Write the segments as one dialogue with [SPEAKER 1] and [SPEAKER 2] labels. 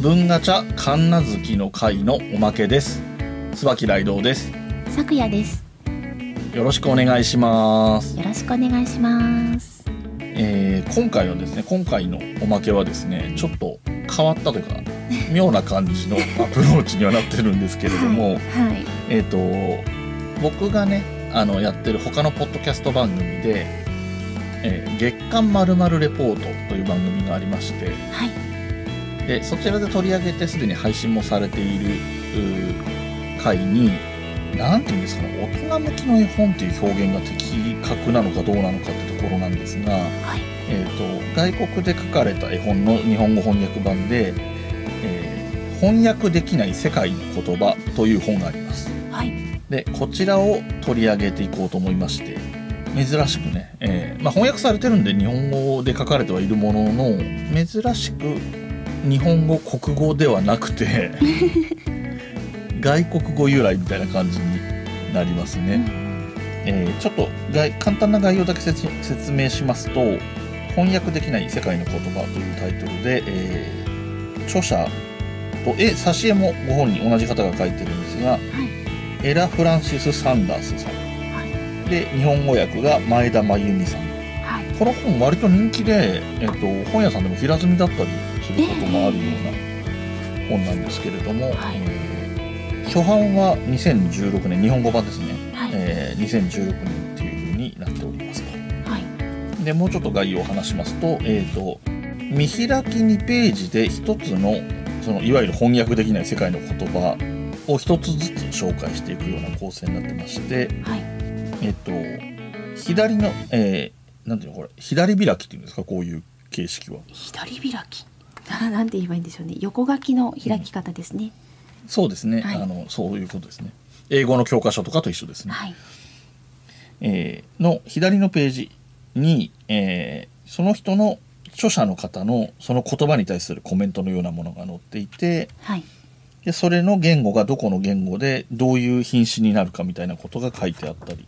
[SPEAKER 1] 文ガチャ神奈月の会のおまけです椿雷道です
[SPEAKER 2] 昨夜です
[SPEAKER 1] よろしくお願いします、
[SPEAKER 2] よろしくお願いします
[SPEAKER 1] えー今回はですね今回のおまけはですねちょっと変わったという か妙な感じのアプローチにはなってるんですけれども、
[SPEAKER 2] はい
[SPEAKER 1] えっ、と僕がねあのやってる他のポッドキャスト番組で「えー月刊まるレポート」という番組がありまして
[SPEAKER 2] はい
[SPEAKER 1] でそちらで取り上げてすでに配信もされているうー回に何て言うんですかね大人向きの絵本っていう表現が的確なのかどうなのかってところなんですが、
[SPEAKER 2] はい
[SPEAKER 1] えー、と外国で書かれた絵本の日本語翻訳版で「えー翻訳できない世界の言葉」という本があります。
[SPEAKER 2] はい
[SPEAKER 1] でこちらを取り上げていこうと思いまして珍しくね、えーまあ、翻訳されてるんで日本語で書かれてはいるものの珍しく日本語国語ではなくて外国語由来みたいな感じになりますね。えーちょっと概簡単な概要だけ説説明しますと「翻訳できない世界の言葉」というタイトルで、えー著者と絵挿絵もご本人同じ方が書いてるんですが
[SPEAKER 2] はい
[SPEAKER 1] エラ・フランシス・サンダースさん、で日本語訳が前田真由美さん
[SPEAKER 2] はい
[SPEAKER 1] この本割と人気で、えっと本屋さんでも平積みだったりすることもあるような本なんですけれども、
[SPEAKER 2] はい
[SPEAKER 1] えー初版は2016年日本語版ですね
[SPEAKER 2] はい
[SPEAKER 1] えー2016年っていう風になっておりますと。
[SPEAKER 2] はい
[SPEAKER 1] でもうちょっと概要を話しますと,、えー、と見開き2ページで1つのそのいわゆる翻訳できない世界の言葉を1つずつ紹介していくような構成になってまして、
[SPEAKER 2] はい
[SPEAKER 1] えっと左の、えーなんていうのこれ左開きっていうんですかこういう形式は。
[SPEAKER 2] 左開き ななんて言えばいいんでしょうね横書きの開き方ですね、
[SPEAKER 1] そうですね、
[SPEAKER 2] はい
[SPEAKER 1] あのそういうことですね。英語の教科書とかと一緒ですね。
[SPEAKER 2] はい
[SPEAKER 1] えーの左のページに、えーその人の著者の方のその言葉に対するコメントのようなものが載っていて
[SPEAKER 2] はい
[SPEAKER 1] でそれの言語がどこの言語でどういう品種になるかみたいなことが書いてあったり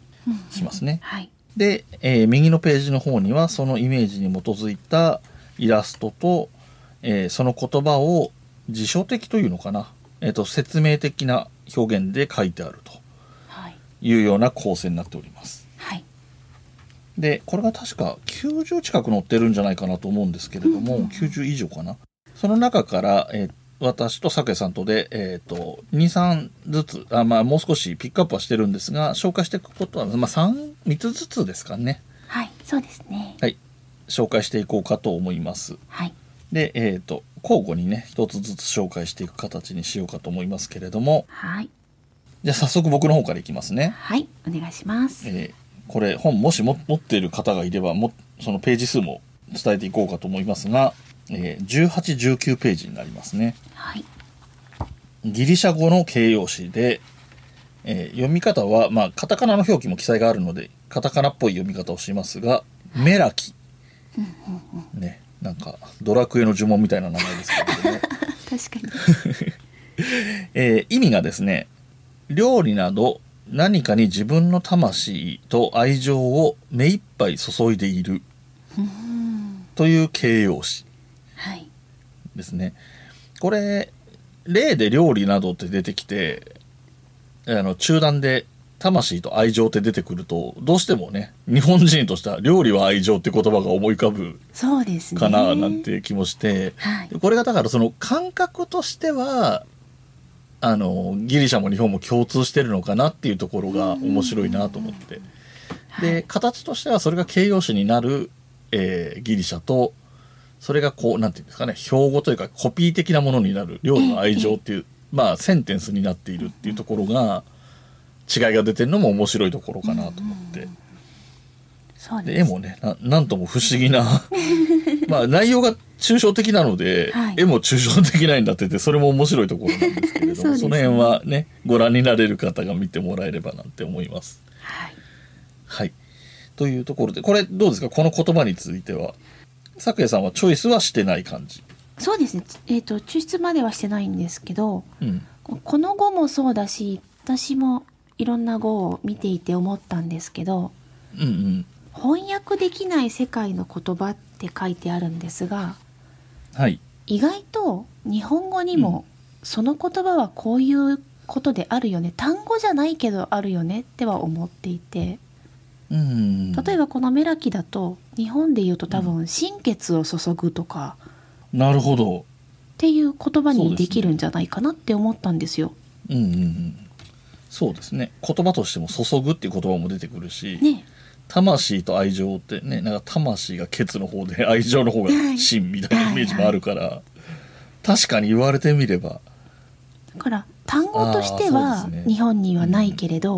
[SPEAKER 1] しますね。
[SPEAKER 2] はい
[SPEAKER 1] で、えー右のページの方にはそのイメージに基づいたイラストと、えーその言葉を辞書的というのかな、えーと説明的な表現で書いてあると
[SPEAKER 2] はい
[SPEAKER 1] いうような構成になっております。
[SPEAKER 2] はい
[SPEAKER 1] でこれが確か90近く載ってるんじゃないかなと思うんですけれども、
[SPEAKER 2] うんうん
[SPEAKER 1] 90以上かなその中から、えー私とさけさんとで、えー、と23ずつあ、まあ、もう少しピックアップはしてるんですが紹介していくことは、まあ、3, 3つずつですかね
[SPEAKER 2] はいそうですね
[SPEAKER 1] はい紹介していこうかと思います
[SPEAKER 2] はい
[SPEAKER 1] で、えー、と交互にね1つずつ紹介していく形にしようかと思いますけれども
[SPEAKER 2] はい
[SPEAKER 1] じゃあ早速僕の方からいきますね
[SPEAKER 2] はいお願いします
[SPEAKER 1] えーこれ本もしも持っている方がいればもそのページ数も伝えていこうかと思いますが、えー1819ページになりますね
[SPEAKER 2] はい
[SPEAKER 1] ギリシャ語の形容詞で、えー読み方は、まあ、カタカナの表記も記載があるのでカタカナっぽい読み方をしますがメラキねなんかドラクエの呪文みたいな名前ですけれども
[SPEAKER 2] 確かに
[SPEAKER 1] えー意味がですね料理など何かに自分の魂と愛情を目いっぱい注いでいる
[SPEAKER 2] うん
[SPEAKER 1] という形容詞
[SPEAKER 2] はい
[SPEAKER 1] ですねこれ例で料理などって出てきてあの中断で魂と愛情って出てくるとどうしてもね日本人としては料理は愛情って言葉が思い浮かぶ
[SPEAKER 2] そうですね
[SPEAKER 1] かななんて気もして、
[SPEAKER 2] はい
[SPEAKER 1] これがだからその感覚としてはあのギリシャも日本も共通してるのかなっていうところが面白いなと思って、で形としてはそれが形容詞になる、えーギリシャとそれがこうなんていうんですかね標語というかコピー的なものになる「量の愛情」っていう、まあセンテンスになっているっていうところが違いが出てるのも面白いところかなと思って。
[SPEAKER 2] そう
[SPEAKER 1] で
[SPEAKER 2] で
[SPEAKER 1] 絵
[SPEAKER 2] す
[SPEAKER 1] もねななんとも不思議 なまあ内容が抽象的なので、
[SPEAKER 2] はい
[SPEAKER 1] 絵も抽象的なんだっててそれも面白いところなんですけれども
[SPEAKER 2] そ
[SPEAKER 1] そう
[SPEAKER 2] ですね
[SPEAKER 1] の辺はねご覧になれる方が見てもらえればなんて思います。
[SPEAKER 2] はい
[SPEAKER 1] はいというところでこれどうですかこの言葉については咲夜さんはチョイスはしてない感じ。
[SPEAKER 2] そうですね、えー、と抽出まではしてないんですけど
[SPEAKER 1] うん
[SPEAKER 2] この語もそうだし私もいろんな語を見ていて思ったんですけど
[SPEAKER 1] うんうん、
[SPEAKER 2] 翻訳できない世界の言葉って書いてあるんですが
[SPEAKER 1] はい
[SPEAKER 2] 意外と日本語にもその言葉はこういうことであるよね単語じゃないけどあるよねっては思っていて
[SPEAKER 1] うん
[SPEAKER 2] 例えばこのメラキだと日本で言うと多分心血を注ぐとか
[SPEAKER 1] なるほど
[SPEAKER 2] っていう言葉
[SPEAKER 1] そうです
[SPEAKER 2] に
[SPEAKER 1] ね
[SPEAKER 2] できるんじゃないかなって思ったんですよ。
[SPEAKER 1] うんうんうんそうですね言葉としても「注ぐ」っていう言葉も出てくるし、
[SPEAKER 2] ね
[SPEAKER 1] 魂と愛情ってねなんか魂がケツの方で 愛情の方が真みたいなイメージもあるから、確かに言われてみれば
[SPEAKER 2] だから単語として
[SPEAKER 1] あーそ
[SPEAKER 2] は
[SPEAKER 1] うですね
[SPEAKER 2] 日本にはないけれど、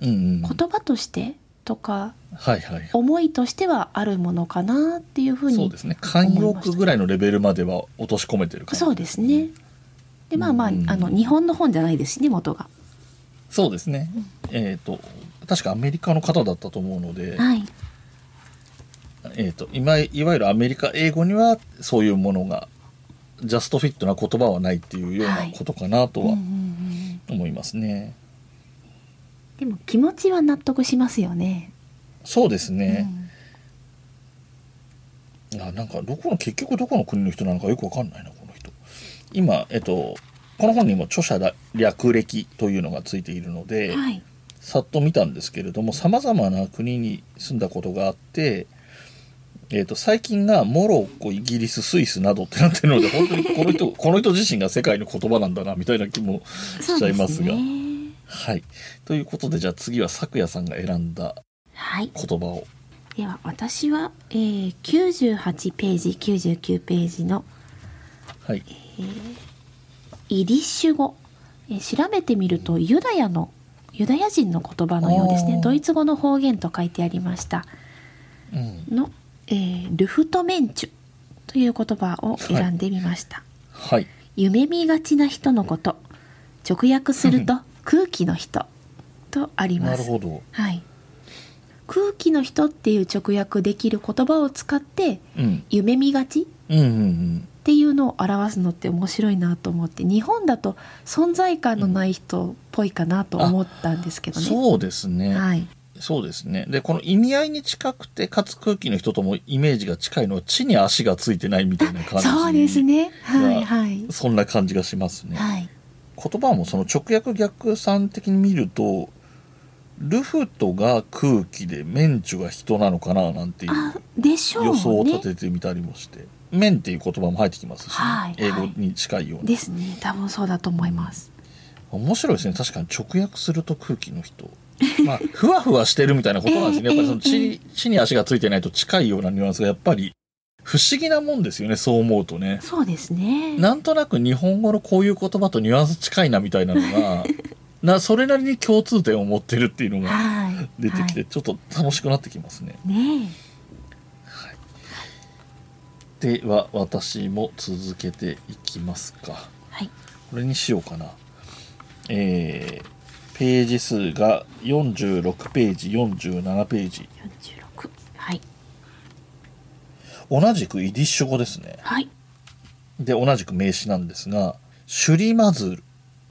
[SPEAKER 1] うんうん
[SPEAKER 2] 言葉としてとか
[SPEAKER 1] はいはい
[SPEAKER 2] 思いとしてはあるものかなっていうふう
[SPEAKER 1] そう
[SPEAKER 2] に
[SPEAKER 1] ですね慣用句ぐらいのレベルまでは落とし込めてるかな
[SPEAKER 2] そうですね。でまあまあ,、
[SPEAKER 1] うん
[SPEAKER 2] あの日本の本じゃないですしね元が。
[SPEAKER 1] そうですねえっ、と確かアメリカの方だったと思うので、
[SPEAKER 2] はい。
[SPEAKER 1] えー、と今いわゆるアメリカ英語にはそういうものがジャストフィットな言葉はないっていうようなことかなと
[SPEAKER 2] うんうんう
[SPEAKER 1] は
[SPEAKER 2] ん
[SPEAKER 1] 思いますね。
[SPEAKER 2] でも気持ちは納得しますよね。
[SPEAKER 1] そうですね、あなんかどこの結局どこの国の人なのかよくわかんないなこの人。今、えっとこの本にも著者だ略歴というのがついているの
[SPEAKER 2] う
[SPEAKER 1] で、
[SPEAKER 2] んはい。
[SPEAKER 1] さっと見たんですけれどもさまざまな国に住んだことがあって、えー、と最近がモロッコイギリススイスなどってなってるので本当にこの人 この人自身が世界の言葉なんだなみたいな気も
[SPEAKER 2] そ
[SPEAKER 1] し
[SPEAKER 2] う
[SPEAKER 1] ちゃい
[SPEAKER 2] で
[SPEAKER 1] ますすが。
[SPEAKER 2] ね。
[SPEAKER 1] はい、ということでじゃあ次は咲夜さんが選んだ
[SPEAKER 2] はい。
[SPEAKER 1] 言葉を
[SPEAKER 2] では私は、えー、98ページ99ページの
[SPEAKER 1] はい
[SPEAKER 2] イリッシュ語、えー調べてみるとユダヤのユダヤ人の言葉のようです
[SPEAKER 1] あ
[SPEAKER 2] ね
[SPEAKER 1] ー
[SPEAKER 2] ドイツ語の方言と書いてありました
[SPEAKER 1] うん
[SPEAKER 2] の、えールフトメンチュという言葉を選んでみました、
[SPEAKER 1] はい
[SPEAKER 2] 夢見がちな人のこと直訳すると空気の人とあり
[SPEAKER 1] な
[SPEAKER 2] ま
[SPEAKER 1] る
[SPEAKER 2] す
[SPEAKER 1] ほど、
[SPEAKER 2] はい、空気の人っていう直訳できる言葉を使って
[SPEAKER 1] うん、
[SPEAKER 2] 夢見がち
[SPEAKER 1] うんうんうん
[SPEAKER 2] っていうのを表すのって面白いなと思って日本だと存在感のない人っぽいかなと思ったんですけどね。
[SPEAKER 1] そうですね、
[SPEAKER 2] はい、
[SPEAKER 1] そうですねでこの意味合いに近くてかつ空気の人ともイメージが近いのは地に足がついてないみたいな感じ
[SPEAKER 2] そうですね。は
[SPEAKER 1] じ
[SPEAKER 2] い
[SPEAKER 1] ゃあ
[SPEAKER 2] はい
[SPEAKER 1] そんな感じがしますね。
[SPEAKER 2] はい
[SPEAKER 1] 言葉もその直訳逆算的に見ると、ルフトが空気でメンチュが人なのかななんていう
[SPEAKER 2] あでしょうね。
[SPEAKER 1] 予想を立ててみたりもして、メンっていう言葉も入ってきますし、
[SPEAKER 2] はい
[SPEAKER 1] 英語に近いような。
[SPEAKER 2] ですね多分そうだと思います。
[SPEAKER 1] 面白いですね。確かに直訳すると空気の人。まあ、ふわふわしてるみたいなことなんですね。やっぱりその
[SPEAKER 2] えええ
[SPEAKER 1] 地地に足がついてないと近いようなニュアンスがやっぱり不思議なもんですよね。そう思うとね。
[SPEAKER 2] そうですね。
[SPEAKER 1] なんとなく日本語のこういう言葉とニュアンス近いなみたいなの がなそれなりに共通点を持ってるっていうのが
[SPEAKER 2] はい
[SPEAKER 1] 出てきて
[SPEAKER 2] は
[SPEAKER 1] ちょっと楽しくなってきますね。
[SPEAKER 2] い、ね
[SPEAKER 1] では私も続けていきますか。
[SPEAKER 2] えはい
[SPEAKER 1] これにしようかな。えーページ数が46ページ47ページ
[SPEAKER 2] 46はい
[SPEAKER 1] 同じくイディッシュ語ですね
[SPEAKER 2] はい
[SPEAKER 1] で同じく名詞なんですがシュリマズル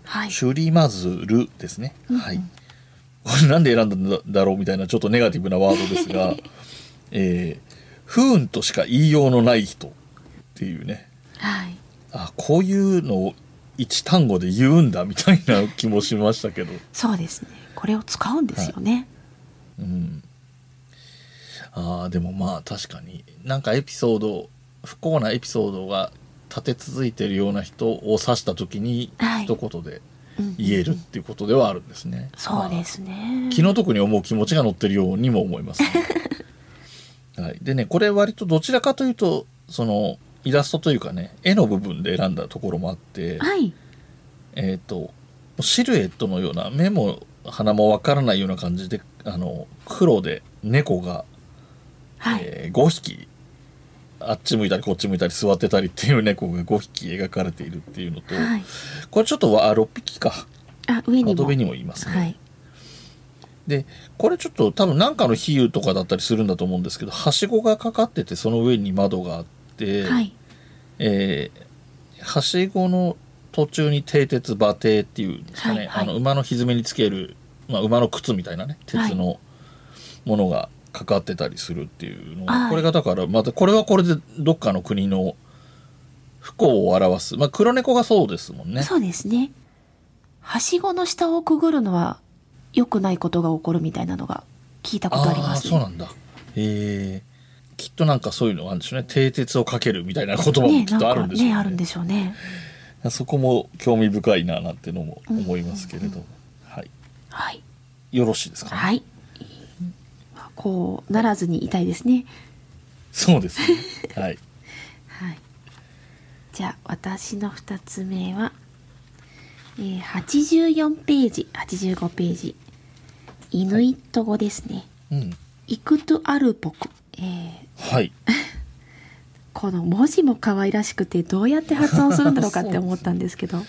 [SPEAKER 2] はい
[SPEAKER 1] シュリマズルですね。
[SPEAKER 2] ん
[SPEAKER 1] はい。これなんで選んだんだろうみたいなちょっとネガティブなワードです が、えー、不運としか言いようのない人っていうね。
[SPEAKER 2] はい
[SPEAKER 1] あ、こういうのを一単語で言うんだみたいな気もしましたけど。
[SPEAKER 2] そうですねこれを使うんですよね。
[SPEAKER 1] うん。ああ、でもまあ確かになんかエピソード、不幸なエピソードが立て続いてるような人を指した時に
[SPEAKER 2] はい
[SPEAKER 1] 一言で
[SPEAKER 2] うん
[SPEAKER 1] 言えるっていうことではあるんですね。
[SPEAKER 2] そう
[SPEAKER 1] まあ
[SPEAKER 2] ですね。
[SPEAKER 1] 気の毒に思う気持ちが乗ってるようにも思い ます、ねはい、でねこれ割とどちらかというとそのイラストというかね絵の部分で選んだところもあって、
[SPEAKER 2] はい
[SPEAKER 1] えっ、とシルエットのような目も鼻もわからないような感じであの黒で猫が、
[SPEAKER 2] はい、
[SPEAKER 1] え5匹あっち向いたりこっち向いたり座ってたりっていう猫が5匹描かれているっていうのと、
[SPEAKER 2] はい。
[SPEAKER 1] これちょっとわあ6匹か
[SPEAKER 2] あ、上に
[SPEAKER 1] 窓
[SPEAKER 2] も。
[SPEAKER 1] 辺にも言いますね。
[SPEAKER 2] はい。
[SPEAKER 1] でこれちょっと多分何かの比喩とかだったりするんだと思うんですけどはしごがかかっててその上に窓があって、
[SPEAKER 2] はい。
[SPEAKER 1] えーはしごの途中に蹄鉄馬蹄っていうんですかね、
[SPEAKER 2] はいはい
[SPEAKER 1] あの馬の蹄めにつける、まあ、馬の靴みたいなね鉄のものがかかってたりするっていうのが、
[SPEAKER 2] はい
[SPEAKER 1] これがだからまたこれはこれでどっかの国の不幸を表す、まあ、黒猫がそうですもんね
[SPEAKER 2] そうですねはしごの下をくぐるのは良くないことが起こるみたいなのが聞いたことあり
[SPEAKER 1] あ
[SPEAKER 2] ま
[SPEAKER 1] あ
[SPEAKER 2] す
[SPEAKER 1] そう
[SPEAKER 2] ね
[SPEAKER 1] なんだえー、きっとなんかそういうのがあるんでしょうね蹄鉄をかけるみたいな言葉も
[SPEAKER 2] ね
[SPEAKER 1] き
[SPEAKER 2] な
[SPEAKER 1] っ
[SPEAKER 2] ん
[SPEAKER 1] とあ
[SPEAKER 2] か
[SPEAKER 1] るんでしょう
[SPEAKER 2] ね
[SPEAKER 1] ね
[SPEAKER 2] あるんでしょうね
[SPEAKER 1] そこも興味深いななんてのも思いますけれど、はい、
[SPEAKER 2] はい
[SPEAKER 1] よろしいですか、ね
[SPEAKER 2] はいまあこうならずにいたいですね
[SPEAKER 1] そうですね はい
[SPEAKER 2] はいじゃあ私の2つ目は、えー84ページ85ページイヌイット語ですね、
[SPEAKER 1] うん
[SPEAKER 2] イクトゥアルポク、えー
[SPEAKER 1] はい
[SPEAKER 2] この文字も可愛らしくてどうやって発音するんだろうかって思ったんですけど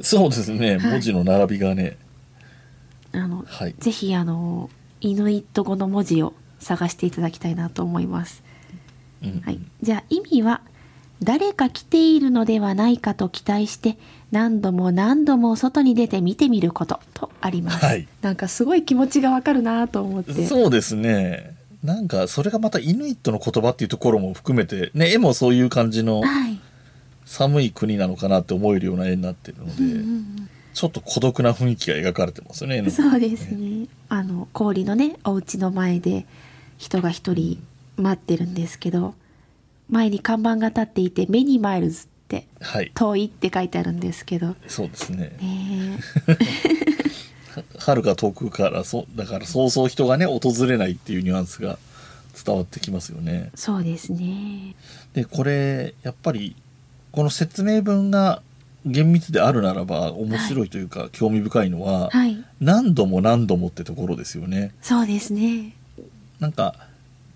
[SPEAKER 1] そうですね
[SPEAKER 2] はい
[SPEAKER 1] 文字の並びがね
[SPEAKER 2] あの、
[SPEAKER 1] はい
[SPEAKER 2] ぜひあのイヌイット語の文字を探していただきたいなと思います。
[SPEAKER 1] うん
[SPEAKER 2] はい、じゃあ意味は誰か来ているのではないかと期待して何度も何度も外に出て見てみることとあります。
[SPEAKER 1] はい
[SPEAKER 2] なんかすごい気持ちがわかるなと思って。
[SPEAKER 1] そうですねなんかそれがまたイヌイットの言葉っていうところも含めて、ね、絵もそういう感じの
[SPEAKER 2] はい。
[SPEAKER 1] 寒い国なのかなって思えるような絵になってるので、
[SPEAKER 2] うんうん
[SPEAKER 1] ちょっと孤独な雰囲気が描かれてますよね絵
[SPEAKER 2] うん
[SPEAKER 1] の
[SPEAKER 2] そうですね。あの氷のねお家の前で人が一人待ってるんですけど、前に看板が立っていて目にマイルズって
[SPEAKER 1] はい
[SPEAKER 2] 遠いって書いてあるんですけど。
[SPEAKER 1] そうですね
[SPEAKER 2] ねえ
[SPEAKER 1] はるか遠くからそだからそうそう人がね訪れないっていうニュアンスが伝わってきますよね。
[SPEAKER 2] そうです ね。
[SPEAKER 1] でこれやっぱりこの説明文が厳密であるならば面白いというか、興味深いのは、
[SPEAKER 2] はい。
[SPEAKER 1] 何度も何度もってところですよね。
[SPEAKER 2] そうですね。
[SPEAKER 1] なんか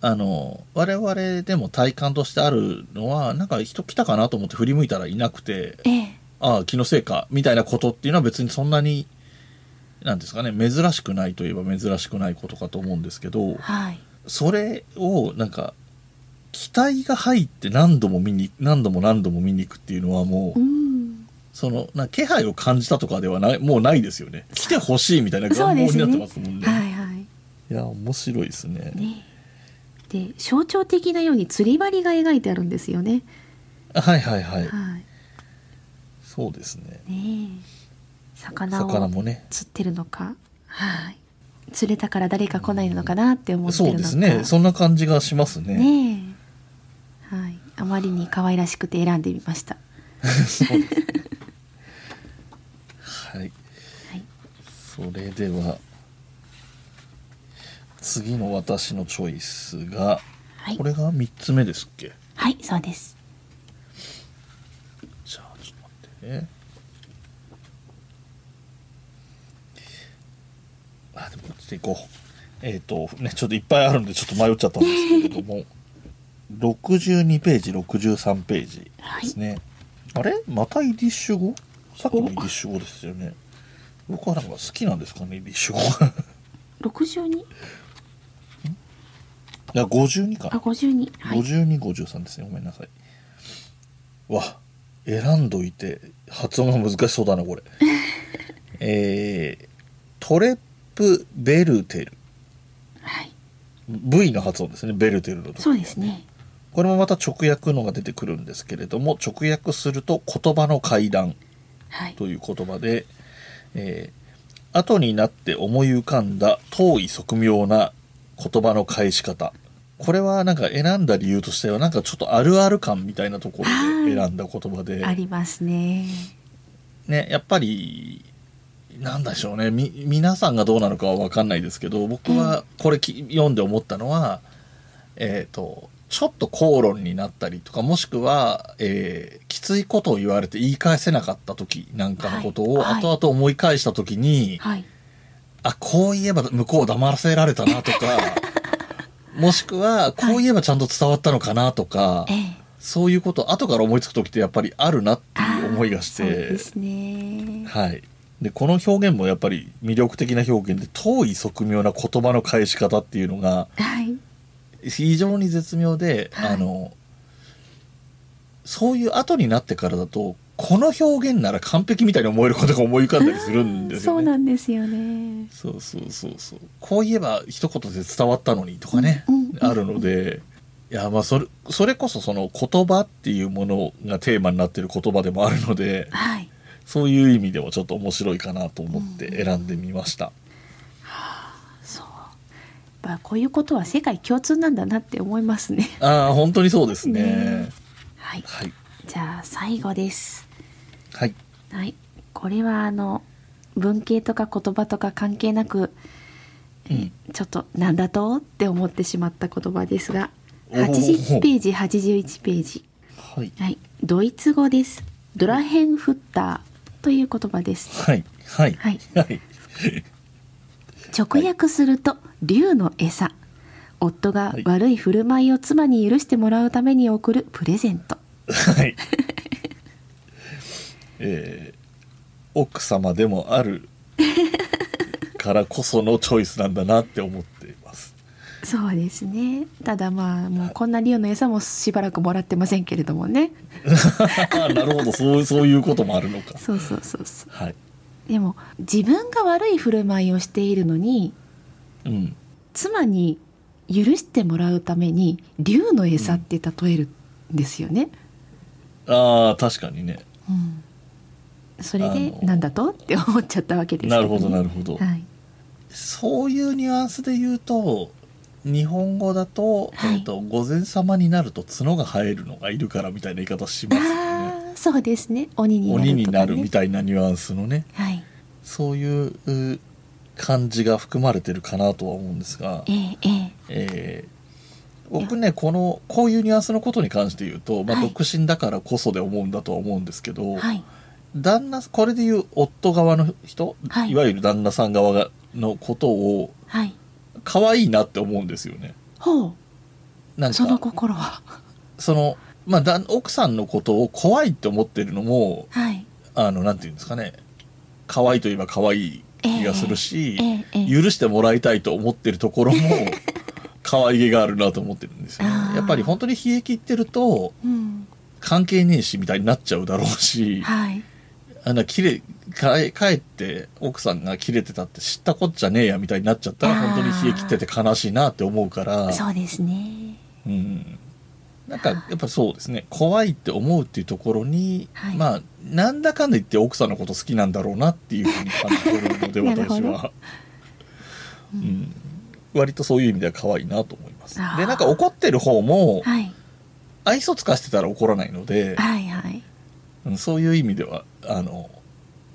[SPEAKER 1] あの我々でも体感としてあるのはなんか人来たかなと思って振り向いたらいなくて
[SPEAKER 2] ええ。
[SPEAKER 1] ああ気のせいかみたいなことっていうのは別にそんなになんですかね珍しくないといえば珍しくないことかと思うんですけど
[SPEAKER 2] はい。
[SPEAKER 1] それをなんか期待が入って何度も見に何度も何度も見に行くっていうのはもう、
[SPEAKER 2] うん。
[SPEAKER 1] そのなんか気配を感じたとかではないもうないですよね来てほしいみたいな
[SPEAKER 2] そう
[SPEAKER 1] 願望
[SPEAKER 2] で
[SPEAKER 1] に
[SPEAKER 2] す
[SPEAKER 1] な
[SPEAKER 2] ね。
[SPEAKER 1] ってますもんね。
[SPEAKER 2] はいはい。
[SPEAKER 1] いや面白いですね。
[SPEAKER 2] ねえ。で、象徴的なように釣り針が描いてあるんですよね。
[SPEAKER 1] はいはいはい、
[SPEAKER 2] はい。
[SPEAKER 1] そうですね。
[SPEAKER 2] ねえ。魚
[SPEAKER 1] 魚
[SPEAKER 2] を
[SPEAKER 1] もね
[SPEAKER 2] 釣ってるのか。はい。釣れたから誰か来ないのかなって思ってる
[SPEAKER 1] そ
[SPEAKER 2] の
[SPEAKER 1] う
[SPEAKER 2] か。
[SPEAKER 1] ですねそんな感じがしますね。
[SPEAKER 2] ねえ。はい。あまりに可愛らしくて選んでみました。
[SPEAKER 1] そうですねはい
[SPEAKER 2] はい。
[SPEAKER 1] それでは次の私のチョイスが、
[SPEAKER 2] はい
[SPEAKER 1] こ。れが3つ目ですっけ
[SPEAKER 2] はい、そうです。
[SPEAKER 1] じゃあちょっと待ってねあでもこっちでいこうえっ、とねちょっといっぱいあるんでちょっと迷っちゃったんですけれども62ページ63ページですね、あれまたイディッシュ語さっきもイディッシュ語ですよね僕はなんか好きなんですかねイディッシュ語が
[SPEAKER 2] 六十二。
[SPEAKER 1] いや52か
[SPEAKER 2] あ、五十二。はい。
[SPEAKER 1] 5253ですねごめんなさいわ選んどいて発音が難しそうだなこ れえー、トレップベルテル
[SPEAKER 2] はい。
[SPEAKER 1] V の発音ですねベルテルのとこ
[SPEAKER 2] そうですね。
[SPEAKER 1] これもまた直訳のが出てくるんですけれども直訳すると言葉の階段
[SPEAKER 2] はい。
[SPEAKER 1] という言葉で、えー後になって思い浮かんだ遠い側妙な言葉の返し方これはなんか選んだ理由としてはなんかちょっとあるある感みたいなところで選んだ言葉で
[SPEAKER 2] あ、りますね。
[SPEAKER 1] ね、やっぱりなんでしょうねみ皆さんがどうなのかは分かんないですけど僕はこれき読んで思ったのは、えー、とちょっと口論になったりとかもしくは、えーきついことを言われて言い返せなかった時なんかのことを
[SPEAKER 2] はいはい
[SPEAKER 1] 後々思い返した時に、
[SPEAKER 2] はい。
[SPEAKER 1] あこう言えば向こうを黙らせられたなとか もしくはこう言えばちゃんと伝わったのかなとか、
[SPEAKER 2] ええ。
[SPEAKER 1] そういうこと後から思いつく時ってやっぱりあるなっていう思いがして。
[SPEAKER 2] そうですね。
[SPEAKER 1] はい、でこの表現もやっぱり魅力的な表現で遠い側妙な言葉の返し方っていうのが
[SPEAKER 2] はい。
[SPEAKER 1] 非常に絶妙で、
[SPEAKER 2] はい
[SPEAKER 1] あのそういう後になってからだとこの表現なら完璧みたいに思えることが思い浮かんだりするんです
[SPEAKER 2] そ
[SPEAKER 1] よ
[SPEAKER 2] う
[SPEAKER 1] ね。
[SPEAKER 2] なんですよね。
[SPEAKER 1] そうそうそうそうこう言えば一言で伝わったのにとかね、
[SPEAKER 2] うんうん
[SPEAKER 1] あるのでいやまあそれそれこそその言葉っていうものがテーマになってる言葉でもあるので
[SPEAKER 2] はい
[SPEAKER 1] そういう意味でもちょっと面白いかなと思って選んでみました、
[SPEAKER 2] そうやっぱこういうことは世界共通なんだなって思いますね
[SPEAKER 1] ああ本当にそうですね
[SPEAKER 2] ねはい
[SPEAKER 1] はい
[SPEAKER 2] じゃあ最後です
[SPEAKER 1] はい
[SPEAKER 2] はいこれはあの文系とか言葉とか関係なく
[SPEAKER 1] うん
[SPEAKER 2] ちょっとなんだとって思ってしまった言葉ですが
[SPEAKER 1] おー
[SPEAKER 2] 80ページ81ページ
[SPEAKER 1] はい
[SPEAKER 2] はいドイツ語ですドラヘンフッターという言葉です
[SPEAKER 1] はいはい
[SPEAKER 2] はい
[SPEAKER 1] はい
[SPEAKER 2] 直訳すると竜の餌夫が悪い振る舞いを妻に許してもらうために贈るプレゼント
[SPEAKER 1] はい えー奥様でもあるからこそのチョイスなんだなって思っています
[SPEAKER 2] そうですねただまあもうこんな竜の餌もしばらくもらってませんけれどもね
[SPEAKER 1] なるほどそうそういうこともあるのか
[SPEAKER 2] そうそうそうそ
[SPEAKER 1] はい、
[SPEAKER 2] うでも自分が悪い振る舞いをしているのに
[SPEAKER 1] うん、
[SPEAKER 2] 妻に許してもらうために竜の餌って例えるんですよね、
[SPEAKER 1] ああ確かにね
[SPEAKER 2] うんそれ
[SPEAKER 1] あ
[SPEAKER 2] で
[SPEAKER 1] の
[SPEAKER 2] なんだとって思っちゃったわけですけ
[SPEAKER 1] なる
[SPEAKER 2] ね
[SPEAKER 1] ほどなるほど、
[SPEAKER 2] はい
[SPEAKER 1] そういうニュアンスで言うと日本語だと,、
[SPEAKER 2] はい
[SPEAKER 1] えっと午前様になると角が生えるのがいるからみたいな言い方しますよね
[SPEAKER 2] ああそうですね鬼になるとか、ね、
[SPEAKER 1] 鬼になるみたいなニュアンスのね
[SPEAKER 2] はい
[SPEAKER 1] そういうう感じが含まれてるかなとは思うんですが
[SPEAKER 2] え、えええ
[SPEAKER 1] えー僕ねこのこういうニュアンスのことに関して言うと、まあ、
[SPEAKER 2] はい
[SPEAKER 1] 独身だからこそで思うんだとは思うんですけど、
[SPEAKER 2] はい
[SPEAKER 1] 旦那これで言う夫側の人、
[SPEAKER 2] はい
[SPEAKER 1] いわゆる旦那さん側がのことを
[SPEAKER 2] はい
[SPEAKER 1] 可愛いなって思うんですよね。
[SPEAKER 2] ほ
[SPEAKER 1] なんか
[SPEAKER 2] うその心は
[SPEAKER 1] そのまあ、だ奥さんのことを怖いって思ってるのも
[SPEAKER 2] はい
[SPEAKER 1] あのなんていうんですかね可愛いといえば可愛い気がするし、
[SPEAKER 2] ええええ
[SPEAKER 1] 許してもらいたいと思ってると ころも可愛げがあるなと思ってるんですよね
[SPEAKER 2] あー
[SPEAKER 1] やっぱり本当に冷え切ってると
[SPEAKER 2] うん
[SPEAKER 1] 関係ねえしみたいになっちゃうだろうし
[SPEAKER 2] はい
[SPEAKER 1] あの切れかえ帰って奥さんが切れてたって知ったこっちゃねえやみたいになっちゃったら
[SPEAKER 2] あー
[SPEAKER 1] 本当に冷え切ってて悲しいなって思うから
[SPEAKER 2] そうですね
[SPEAKER 1] うんなんかやっぱそうですね怖いって思うっていうところに、
[SPEAKER 2] はい
[SPEAKER 1] まあなんだかんだ言って奥さんのこと好きなんだろうなっていうふうに感じてるので
[SPEAKER 2] なるほ
[SPEAKER 1] 私
[SPEAKER 2] ど
[SPEAKER 1] は、うん、割とそういう意味では可愛いなと思います
[SPEAKER 2] あー
[SPEAKER 1] でなんか怒ってる方も
[SPEAKER 2] はい
[SPEAKER 1] 愛想つかしてたら怒らないので、
[SPEAKER 2] はいはい
[SPEAKER 1] うんそういう意味ではあの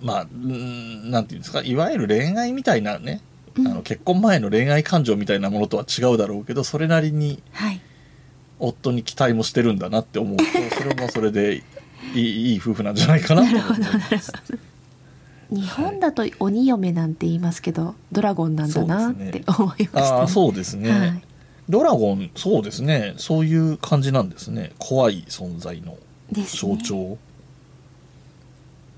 [SPEAKER 1] まあうんなんていうんですかいわゆる恋愛みたいなねあ
[SPEAKER 2] う
[SPEAKER 1] の
[SPEAKER 2] ん
[SPEAKER 1] 結婚前の恋愛感情みたいなものとは違うだろうけどそれなりに
[SPEAKER 2] はい
[SPEAKER 1] 夫に期待もしてるんだなって思 うとそれもそれでいいいい夫婦なんじゃないかなと思います。
[SPEAKER 2] 日本だと鬼嫁なんて言いますけどドラゴンなんだな
[SPEAKER 1] そ
[SPEAKER 2] っ
[SPEAKER 1] うです
[SPEAKER 2] て
[SPEAKER 1] ね
[SPEAKER 2] 思いました、
[SPEAKER 1] ああそうですね、
[SPEAKER 2] はい
[SPEAKER 1] ドラゴンそうですねそういう感じなんですね怖い存在の
[SPEAKER 2] ですね
[SPEAKER 1] 象徴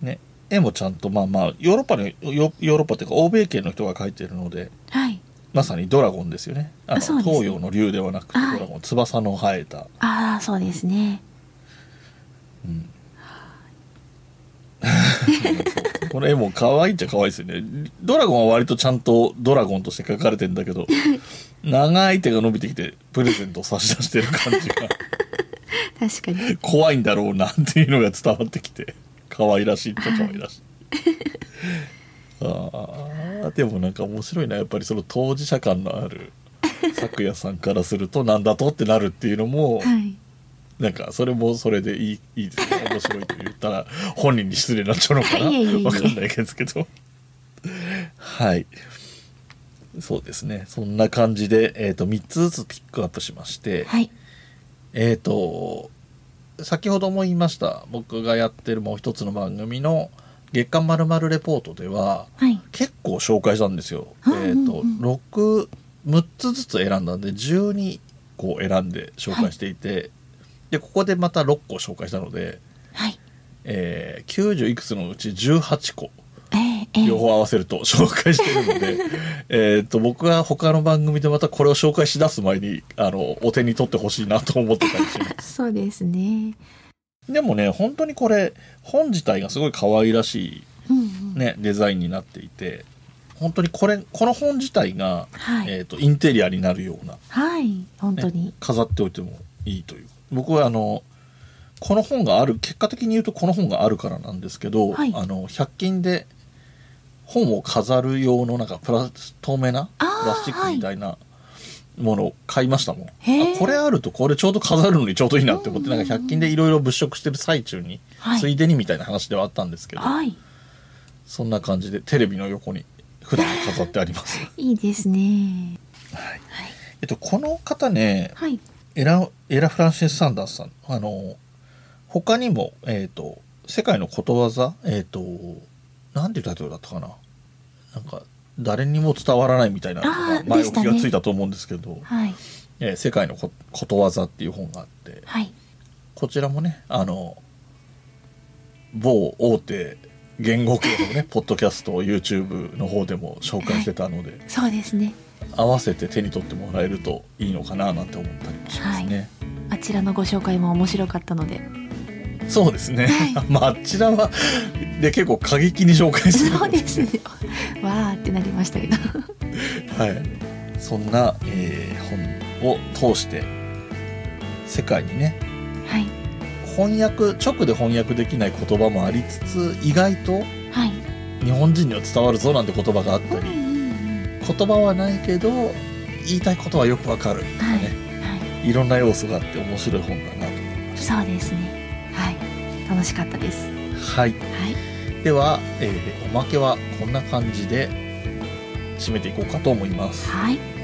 [SPEAKER 1] ね絵もちゃんとまあまあヨーロッパのヨヨーロッパというか欧米系の人が描いてるので
[SPEAKER 2] はい
[SPEAKER 1] まさにドラゴンですよねあの
[SPEAKER 2] あそうですね
[SPEAKER 1] 東洋の竜ではなくて
[SPEAKER 2] は
[SPEAKER 1] ド
[SPEAKER 2] い
[SPEAKER 1] ラゴン翼の生えた、
[SPEAKER 2] ああそうですね
[SPEAKER 1] うん、この絵も可愛いっちゃ可愛いですよねドラゴンは割とちゃんとドラゴンとして描かれてんだけど長い手が伸びてきてプレゼントを差し出してる感じが
[SPEAKER 2] 確かに
[SPEAKER 1] 怖いんだろうなっていうのが伝わってきて可愛らしいっちゃ可愛らしいあーでもなんか面白いなやっぱりその当事者感のある咲夜さんからするとなんだとってなるっていうのも、
[SPEAKER 2] はい
[SPEAKER 1] なんかそれもそれでいいいいですね面白いと言ったら本人に失礼になっちゃうのかない
[SPEAKER 2] えいえいえ
[SPEAKER 1] わかんないですけどはいそうですねそんな感じで、えー、と3つずつピックアップしまして、
[SPEAKER 2] はい
[SPEAKER 1] えっ、と先ほども言いました僕がやってるもう一つの番組の「月刊まるレポート」では
[SPEAKER 2] はい
[SPEAKER 1] 結構紹介したんですよ。
[SPEAKER 2] うん
[SPEAKER 1] えっ、と
[SPEAKER 2] うん
[SPEAKER 1] 6 6つずつ選んだんで12個選んで紹介していて、でここでまた6個紹介したので、
[SPEAKER 2] はい
[SPEAKER 1] えー90いくつのうち18個
[SPEAKER 2] ええええ
[SPEAKER 1] 両方合わせると紹介してる のでえーと僕が他の番組でまたこれを紹介しだす前にあのお手に取ってほしいなと思ってたりします。
[SPEAKER 2] そうですね
[SPEAKER 1] でもね本当にこれ本自体がすごい可愛らし
[SPEAKER 2] うんうん
[SPEAKER 1] い、ね、デザインになっていて本当にこれこの本自体が、
[SPEAKER 2] はい、
[SPEAKER 1] えー、とインテリアになるような、
[SPEAKER 2] はい本当
[SPEAKER 1] ね
[SPEAKER 2] に、
[SPEAKER 1] 飾っておいてもいいという僕はあのこの本がある結果的に言うとこの本があるからなんですけど、
[SPEAKER 2] はい
[SPEAKER 1] あの100均で本を飾る用のなんかプラス透明なプ
[SPEAKER 2] あー
[SPEAKER 1] ラスチックみたいなものを買いましたもん、
[SPEAKER 2] へー
[SPEAKER 1] あこれあるとこれちょうど飾るのにちょうどいいなって思って、
[SPEAKER 2] うんうんうん
[SPEAKER 1] なんか100均でいろいろ物色してる最中に、
[SPEAKER 2] はい
[SPEAKER 1] ついでにみたいな話ではあったんですけど、
[SPEAKER 2] はい
[SPEAKER 1] そんな感じでテレビの横に普段飾ってあります、
[SPEAKER 2] いいですね
[SPEAKER 1] はい
[SPEAKER 2] はい
[SPEAKER 1] えっと、この方ね
[SPEAKER 2] はい
[SPEAKER 1] エラエラ・フランシス・サンダースさんあの他にも、えーと「世界のことわざ」えっ、となんていうタイトルだったかななんか誰にも伝わらないみたいなの
[SPEAKER 2] あ
[SPEAKER 1] が
[SPEAKER 2] ー
[SPEAKER 1] 前置
[SPEAKER 2] でし
[SPEAKER 1] き
[SPEAKER 2] たね
[SPEAKER 1] がついたと思うんですけど「
[SPEAKER 2] はい
[SPEAKER 1] えー世界のこことわざ」っていう本があって
[SPEAKER 2] はい
[SPEAKER 1] こちらもねあの某大手言語系のねポッドキャスト YouTube の方でも紹介してたので
[SPEAKER 2] そうですね
[SPEAKER 1] 合わせて手に取ってもらえるといいのかななんて思ったりもしますね。
[SPEAKER 2] あちらのご紹介も面白かったので
[SPEAKER 1] そうですね、
[SPEAKER 2] は
[SPEAKER 1] まああちらはで結構過激に紹介するの
[SPEAKER 2] そうですね わーってなりましたけど
[SPEAKER 1] はい、そんな、えー本を通して世界にね
[SPEAKER 2] はい
[SPEAKER 1] 翻訳直で翻訳できない言葉もありつつ意外と
[SPEAKER 2] はい
[SPEAKER 1] 日本人には伝わるぞなんて言葉があったり言葉はないけど言いたいことはよくわかるとか
[SPEAKER 2] はい
[SPEAKER 1] ね、、
[SPEAKER 2] はい
[SPEAKER 1] ろんな要素があって面白い本だなと思いま
[SPEAKER 2] い
[SPEAKER 1] した。
[SPEAKER 2] そうですねはい楽しかったです
[SPEAKER 1] はい
[SPEAKER 2] はい
[SPEAKER 1] では、えーおまけはこんな感じで締めていこうかと思います。
[SPEAKER 2] はい